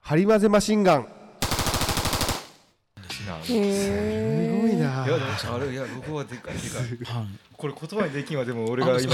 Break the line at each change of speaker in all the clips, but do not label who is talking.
ハリマゼマシンガン
ですな
へえ
すごいない
やでもあれいやロゴはでかいでかい
はい
これ言葉にできんわでも俺が今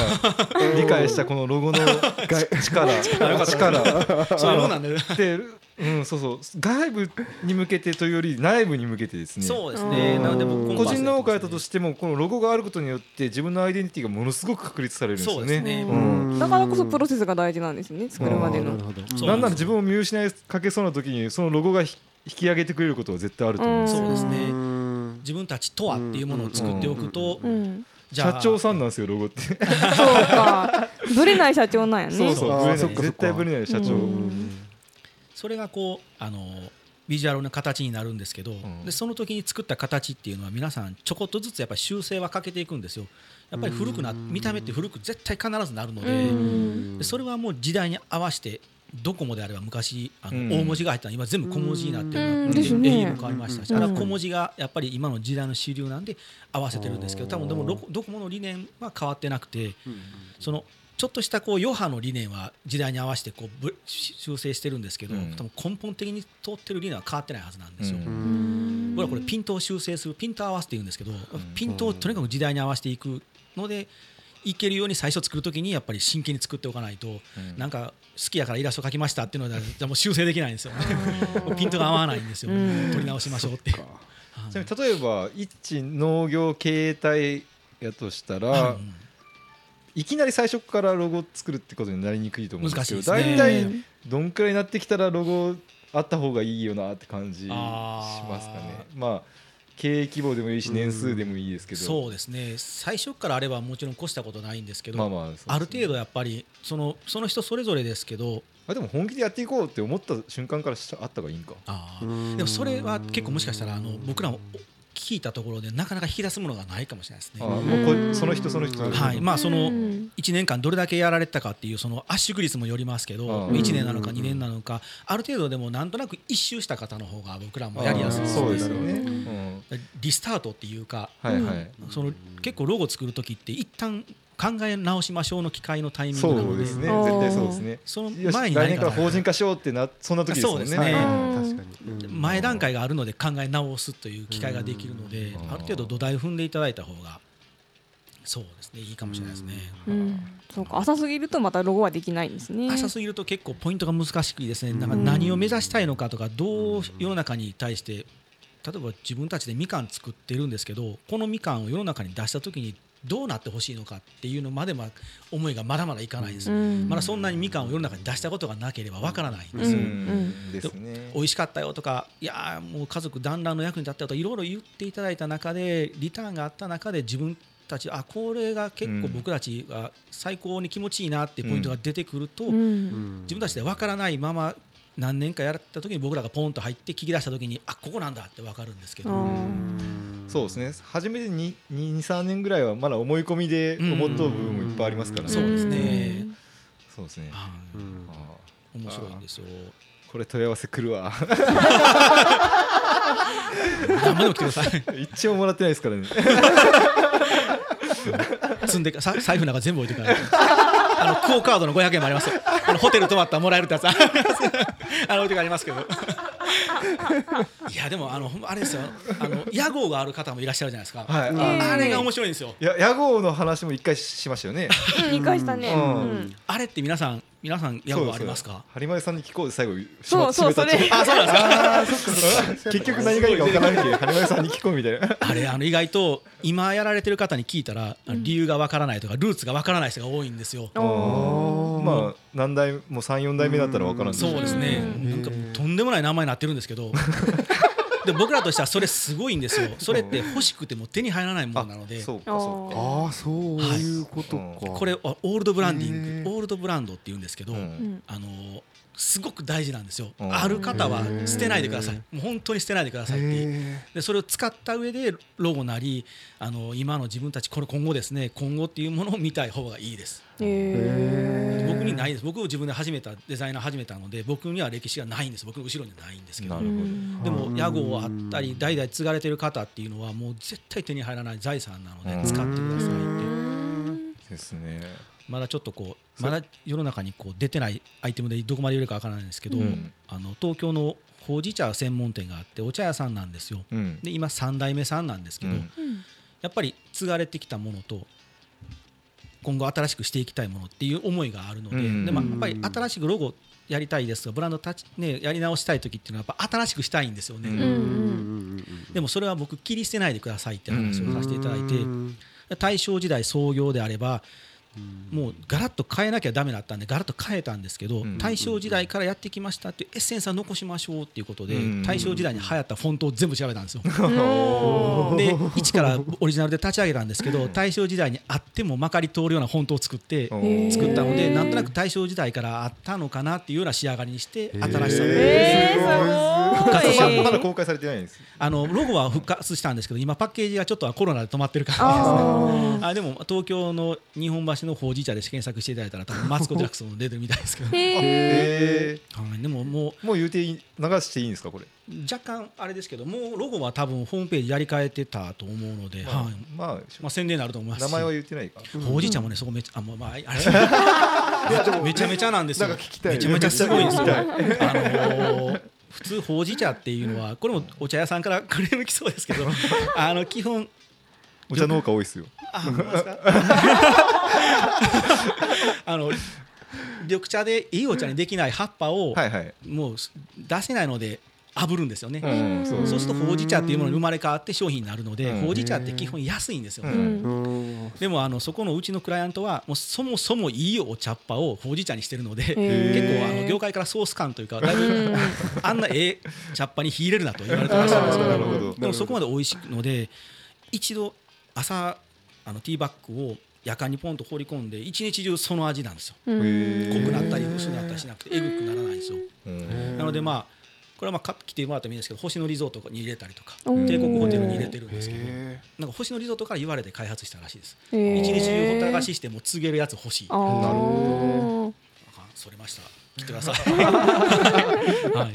理解したこのロゴの 力力
そういうもんなんで、ね、
でうんそうそう外部に向けてというより内部に向けてですね
そうですねなので僕
個人農家やったとしてもこのロゴがあることによって自分のアイデンティティがものすごく確立されるんですよ
そうです
ね。
ね
うん
だからこそプロセスが大事なんですね作るまでの
なるほど
そう
なんなら自分を見失いかけそうな時にそのロゴがひ引き上げてくれることは絶対あると思うんですよ
そうです
うー
ね
ん
自分たちとはっていうものを作っておくと、
うん
じゃあ
社長さんなんですよロゴって
そうかぶれない社長なんやね
そうそう
あー
ぶれない
そっかそっか
絶対ぶれない社長
うん
それがこうあのビジュアルの形になるんですけど、
ん
でその時に作った形っていうのは皆さんちょこっとずつやっぱり修正はかけていくんですよやっぱり古くな見た目って古く絶対必ずなるので,、でそれはもう時代に合わせてドコモであれば昔あの、
うん
大文字が入ったの今全部小文字になってる
うん
な
ですね
au も変わりましたし、
うん
ただ小文字がやっぱり今の時代の主流なんで合わせてるんですけど多分でもロコドコモの理念は変わってなくて、そのちょっとしたこう余波の理念は時代に合わせてこうぶし修正してるんですけど、
うん
多分根本的に通ってる理念は変わってないはずなんですよ。
うん
うん
僕らこれピントを修正するピント合わせって言うんですけど、ピントをとにかく時代に合わせていくのでいけるように最初作るときにやっぱり真剣に作っておかないと、なんか好きやからイラスト描きましたっていうのはじゃあもう修正できないんですよピントが合わないんですよ、
うん
取り直しましょうっていう
そっか
はい
ちなみに例えば一農業経営体やとした
は
らいきなり最初からロゴ作るってことになりにくいと思うんですけど
難し
大
いですね
体どんくらいになってきたらロゴあった方がいいよなって感じし
あー
ますかねまあ経営規模でもいいし年数でもいいですけ
い
ど
そうですね最初からあればもちろん越したことないんですけど、
まあまあそうですね
ある程度やっぱりそのその人それぞれですけど
あでも本気でやっていこうって思った瞬間からしたあった方がいいんか
あ
う
ー
ーん
でもそれは結構もしかしたらあの僕らも聞いたところでなかなか引き出すものがないかもしれないです
あ
ね。
ーもうこれその人その人
うん
はいまあその
うん
1年間どれだけやられてたかっていうその圧縮率もよりますけど
うん
1年なのか2年なのかある程度でもなんとなく一周した方の方が僕らもやりやすい
あー
です
そうですよ
ね
ね、
う
うん、
リスタートっていうか
はいはい
その結構ロゴ作る時って一旦考え直しましょうの機会のタイミングな
そ
の
う
で
ですね
うん
絶対そうですね
その
よし
前
来
に何
年から
か
法人化しようってなそんな時ですもんね
そうです
は
ね
い
うん確かにうん
前段階があるので考え直すという機会ができるので
うん
ある程度土台を踏んでいただいた方がそうですねいいかもしれないですね。
うんそうか浅すぎるとまたロゴはできないんですね
浅すぎると結構ポイントが難しくてですねなんか何を目指したいのかとかどう世の中に対して例えば自分たちでみかん作ってるんですけどこのみかんを世の中に出した時にどうなってほしいのかっていうのまでは思いがまだまだいかないです、
うん
まだそんなにみかんを世の中に出したことがなければわからないんで
う
す、
うん
んですね
美味しかったよとかいやーもう家族団らんの役に立ったよとかいろいろ言っていただいた中でリターンがあった中で自分たちあこれが結構僕たちが最高に気持ちいいなってポイントが出てくると、
うん
自分たちで分からないまま何年かやった時に僕らがポンと入って聞き出した時にあここなんだって分かるんですけ
あ
ど、
ー
そうですね初めて23年ぐらいはまだ思い込みで思っとう部分もいっぱいありますからね
そうですね、
そうですね
は
う
い
ん
あ
面白いんですよ
ーこれ問い合わせ来るわ
頑張ってください
一応もらってないですからね
積んでかさ財布なんか全部置いてからあのクオカードの500円もありますよあのホテル泊まったらもらえるってやつあの置いてありますけどいやでもあのほんまあれですよあの屋号がある方もいらっしゃるじゃないですか、
はいあ
え
ー
え
あれが面白いんですよ
や屋号の話も一回しましたよね
うんいい返したね
うん
うん
あれって皆さん皆さん屋号ありますか
ハリマリさんに聞こうで最後
そうそうそ
締めた
れ
あそうなんですか
結局何がいいか分からんけ羽根さんに聞こうみたいな
あれあの意外と今やられてる方に聞いたらあの理由がわからないとかルーツがわからない人が多いんですよ。
ー
まあ何代も34代目だったら分からんけど
そうですねなんかとんでもない名前になってるんですけどで僕らとしてはそれすごいんですよそれって欲しくても手に入らないも
あ
のなので
そうかそうか
ああそういうことか
は
これあオールドブランディン
へ
グ
ー
オールドブランドっていうんですけど、
うん
うん
あのすごく大事なんですよ
うん
ある方は捨てないでください
へ
もう本当に捨てないでくださいっていう
へ
でそれを使った上でロゴなりあの今の自分たちこれ今後ですね今後っていうものを見たい方がいいです。
へ
僕にないです僕を自分で始めたデザイナー始めたので僕には歴史がないんです僕の後ろにはないんですけど
な
ーう
る
ん
でも屋号あったり代々継がれてる方っていうのはもう絶対手に入らない財産なの
うん
で使ってくださいって
ですね
まだちょっとこうまだ世の中にこう出てないアイテムでどこまで売れるかわからないんですけど、
うん
あの東京のほうじ茶専門店があってお茶屋さんなんですよ
うん
で今3代目さんなんですけど、
うん
うん
やっぱり継がれてきたものと今後新しくしていきたいものっていう思いがあるので,、
うん
でまあ、やっぱり新しくロゴやりたいですとかブランドたち、ね、やり直したい時っていうのはやっぱ新しくしたいんですよね、
うん
でもそれは僕切り捨てないでくださいって話
う
を
ん
させていただいて、大正時代創業であればもうガラッと変えなきゃダメだったんでガラッと変えたんですけど、
うん
大正時代からやってきましたっていうエッセンスは残しましょうっていうことで、
うん
大正時代に流行ったフォントを全部調べたんですよ。
おー
で一からオリジナルで立ち上げたんですけど大正時代にあってもまかり通るようなフォントを作って
お
作ったの
へ
で
ー
なんとなく大正時代からあったのかなっていうような仕上がりにして
ー
新しさを
えーすごい
復活し
ま
た
まだ公開されてないんです。
あのロゴは復活したんですけど今パッケージがちょっとコロナで止まってるから
あ
あでも東京の日本橋のほうじ茶で検索していただいたら多分マツコ・ジャクソンの出てるみたいで すけど
ーへえ
え
はいでももう
ーもう言うていい流していいんですかこれ。
若干あれですけどもうロゴは多分ホームページやり替えてたと思うので、はい
ま
まあ、宣伝になると思いま
あ
す
名
し
前は言ってないか。
ほうじ茶もね、そこめちゃ、あ、もうまあ、あれ。あれめちゃめちゃなんですよ。
なんか聞きたい
めちゃめちゃすごいんですよ。あ
めちゃ
のー普通ほうじ茶っていうのは、これもお茶屋さんからクレームきそうですけど、あの基本。
お茶農家多いですよ。
あ、ほんまですか あの。緑茶でいいお茶にできない葉っぱを、
はいはい。
もう出せないので、炙るんですよね。
うんそう
そうするとほうじ茶っていうものに生まれ変わって商品になるので、
うん
ほうじ茶って基本安いんですよ。
う
うん
でもあのそこのうちのクライアントはもうそもそもいいお茶っ葉をほうじ茶にしてるので結
へー
構あの業界からソース感というかだいぶ
うん
あんなええ茶っ葉に火入れるなと言われてましたんですけ
なるほど
どでもそこまで美味しいので一度朝あのティーバッグを夜間にポンと放り込んで一日中その味なんですよ
うん
へー
濃くなったり薄くなったりしなくてえぐくならないんですよ
うん
なのでまあこれはまあ買ってきてもらってもいいんですけど星野リゾートに入れたりとか
おー
帝国ホテルに入れてるんですけどなんか星野リゾートから言われて開発したらしいです
一
一日中ほったらかししても告げるやつ欲しい。
あ
あ
ー
なる
かんそれました。切ってください。はい、本当に。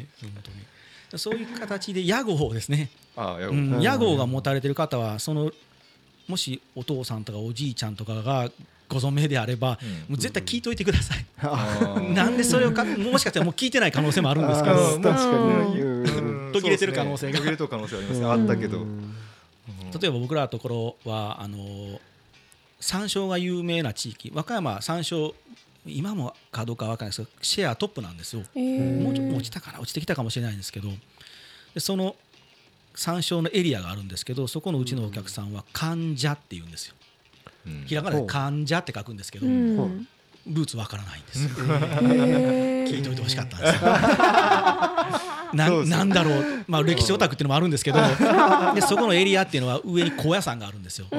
そういう形で屋号ですね。
ああやろ
う
う。
ん屋号が持たれてる方はそのもしお父さんとかおじいちゃんとかがご存命であれば、
うん
もう絶対聞いといてください。
あー
なんでそれをかもしかしたらもう聞いてない可能性もあるんですけ
あ
ど
確
ー。
かに
うん
途切れてる可能性が
そうですね途切れてる可能性ありますね。あったけど。
例えば僕らのところはあの山椒が有名な地域和歌山は山椒今もかどうかわからないですけどシェアトップなんですよ。もうちょっと落ちたかな落ちてきたかもしれないんですけどでその山椒のエリアがあるんですけどそこのうちのお客さんは患者って言うんですよ
うん
ひらがなで患者って書くんですけど、
うん
ルーツわからないんですよ
へ
聞
ー
いといてほしかったんですよ
そ
な
うですね
なんだろう、まあ、歴史オタクっていうのもあるんですけどでそこのエリアっていうのは上に高野山があるんですよで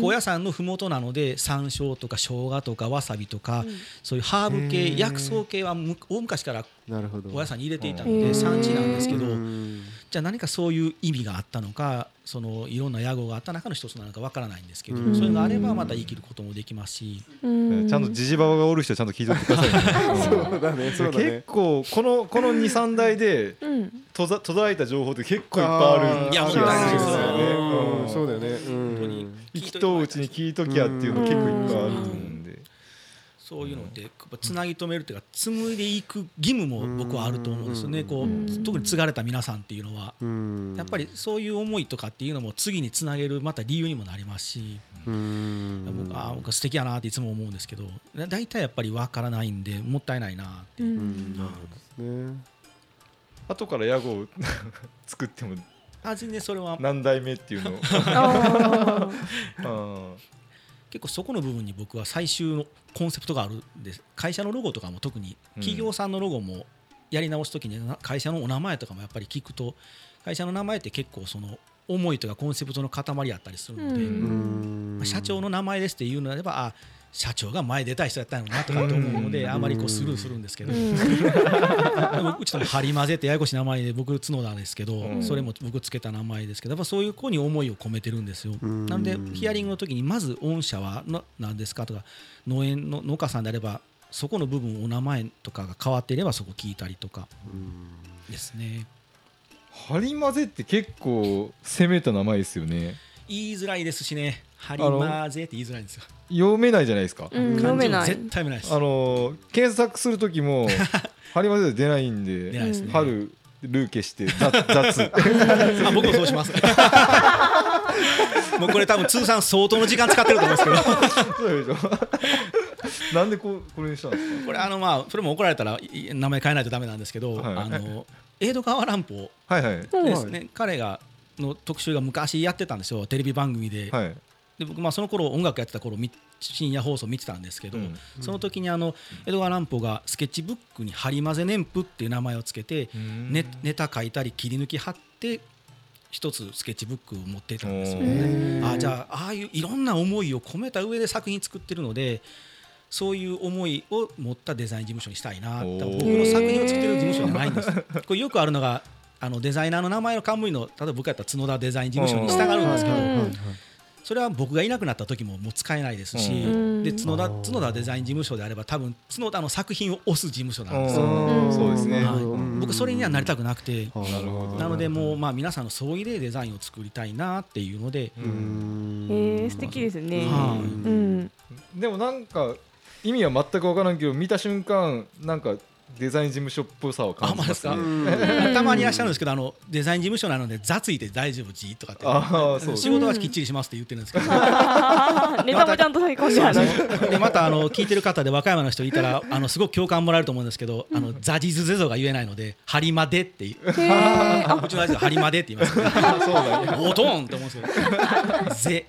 高野山の麓なので山椒とか生姜とかわさびとか、そういうハーブ
へ
系
ー
薬草系はむ大昔から
なるほど
高野山に入れていたの
へ
で
ー
産地なんですけど、
うん
じゃあ何かそういう意味があったのかそのいろんな屋号があった中の一つなのかわからないんですけど、
うん
それがあればまた生きることもできますし、
うん
ちゃんとジジババがおる人はちゃんと聞いといてくださいね。
そうだねそうだ
結
ね
構このこの二三台で
うん
とざ途絶えた情報って結構いっぱいある
いや
気がするんです
もったいないですよ
よ
う
ね
ん。そうだよねうん
本当に
生きとううちに聞いときゃっていうの結構いっぱいあると思うんで。
そういうのってやっぱつなぎ止めるというか紡いでいく義務も僕はあると思うんですよねこう特に継がれた皆さんっていうのは
うん
やっぱりそういう思いとかっていうのも次につなげるまた理由にもなりますし
うん
僕あー僕は素敵やなっていつも思うんですけどだ大体やっぱりわからないんでもったいないなって
う
うんんなるほどね
後から屋号を作っても
あ全然それは
何代目っていうの を
あ
あ
結構そこの部分に僕は最終のコンセプトがあるんです会社のロゴとかも特に
うん
企業さんのロゴもやり直す時にな会社のお名前とかもやっぱり聞くと会社の名前って結構その思いとかコンセプトの塊やったりするの
う
うん
で、
ん
まあ社長の名前ですっていうのであればあ社長が前出たい人やったのなとかと思うので、
うん
あまりこうスルーするんですけ
ーう
ど、
ん
うちとも張り混ぜてややこしい名前で僕角田ですけど、
うん
それも僕つけた名前ですけどやっぱそういう子に思いを込めてるんですよ、
うん
なのでヒアリングの時にまず御社はな何ですかとか農園の農家さんであればそこの部分お名前とかが変わっていればそこ聞いたりとか
うん
ですね
ーハリマゼって結構攻めた名前ですよね。
言いづらいですしねハリマーゼって言いづらいんですよ。
読めないじゃないですか、
うん
漢字も
読めない
絶対読めないです。
あの検索する時 も「ハリマゼ」出ないん
出ない
で
です
「
ね
春ルー消して雑雑」
あ僕もそう します。もうこれ多分通算相当の時間使ってると思いますけど、
そうでしょなんでこうこれにしたんです
これあのまあそれも怒られたらい名前変えないとダメなんですけど、
はい
あのエイド川乱歩
かはいはい
うん
ですね、彼がの特集が昔やってたんですよテレビ番組で,、
はい
で僕まあその頃音楽やってた頃み深夜放送見てたんですけど、
うん
その時にあの江戸川乱歩がスケッチブックに「ハリマゼ年譜」っていう名前をつけて、ネネタ書いたり切り抜き貼って一つスケッチブックを持ってたんですよ
お
ね。
ー
あじゃあああいういろんな思いを込めた上で作品作ってるのでそういう思いを持ったデザイン事務所にしたいなって
おー
僕の作品を作ってる事務所じゃないんですこれよくあるのがあのデザイナーの名前の冠の例えば僕やったら角田デザイン事務所に従うんですけど
うん
それは僕がいなくなった時ももう使えないですし
うん
で角田角田デザイン事務所であれば多分角田の作品を推す事務所なんですよ。
う
うんん
そうですね
な
は
るほど
い、僕それにはなりたくなくて
なるほど
なのでもうまあ皆さんの総意でデザインを作りたいなっていうので、
うーん
えー、素敵ですね。
は
うん
うん、
でもなんか意味は全く分からんけど見た瞬間なんかデザイン事務所っぽさを感じますね
あマ
うん
たまにいらっしゃるんですけどあのデザイン事務所なので雑いで大丈夫じとかって
ああそう
仕事はきっちりしますって言ってるんですけ ど、
ネタもちゃんと最高じゃん。
でまたあの聞いてる方で和歌山の人いたらあのすごく共感もらえると思うんですけど「あのザジズゼゾ」が言えないので「ハリマデ」 っていう
へえ、あ、
うちの親父が「ハリマデ」って言います
あそうだね
おとんって思うんですよ。ぜ。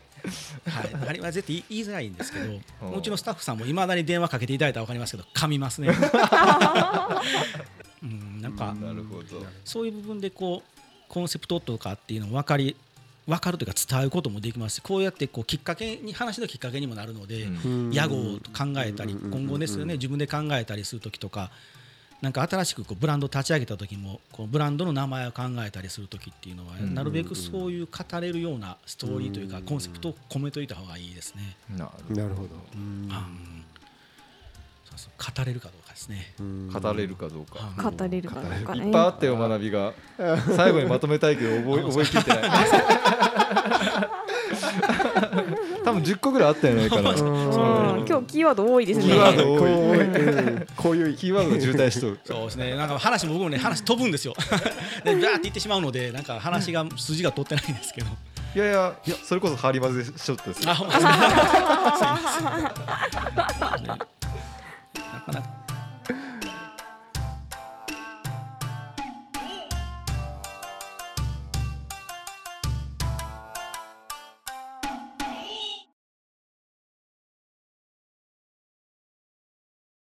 はい、ハリマデって言い言いづらいんですけ
う
ど、
ん
うちのスタッフさんもいまだに電話かけていただいたらわかりますけど、噛 みますね。うん、なんか、
なるほど
そういう部分でこうコンセプトとかっていうのを分かり分かるというか伝えることもできますしこうやってこうきっかけに話のきっかけにもなるので、屋号を考えたり
うん
今後ですよね自分で考えたりする時とかなんか新しくこうブランドを立ち上げた時もこうブランドの名前を考えたりする時っていうのは
うん
なるべくそういう語れるようなストーリーというかコンセプトを込めといた方がいいですね。
な
なるほどうん
あうんそうそう語れるかどうかですね。
うん
る語れるかどうか
あ
語れるかなんか
い
ね。
っぱいあったよ学びが最後にまとめたいけど覚え覚えきってない多分10個ぐらいあったんじゃないかな
うん、今日キーワード多いですね。
キーワード多い
いこういう
キーワードが渋滞しとる
そうですね。なんか話も僕もね話飛ぶんですよ。 でバーって言ってしまうのでなんか話が筋が通ってないんですけど。
いやいやいやそれこそハリマゼしょったです
あ、ほんまですね。すいません。なかなか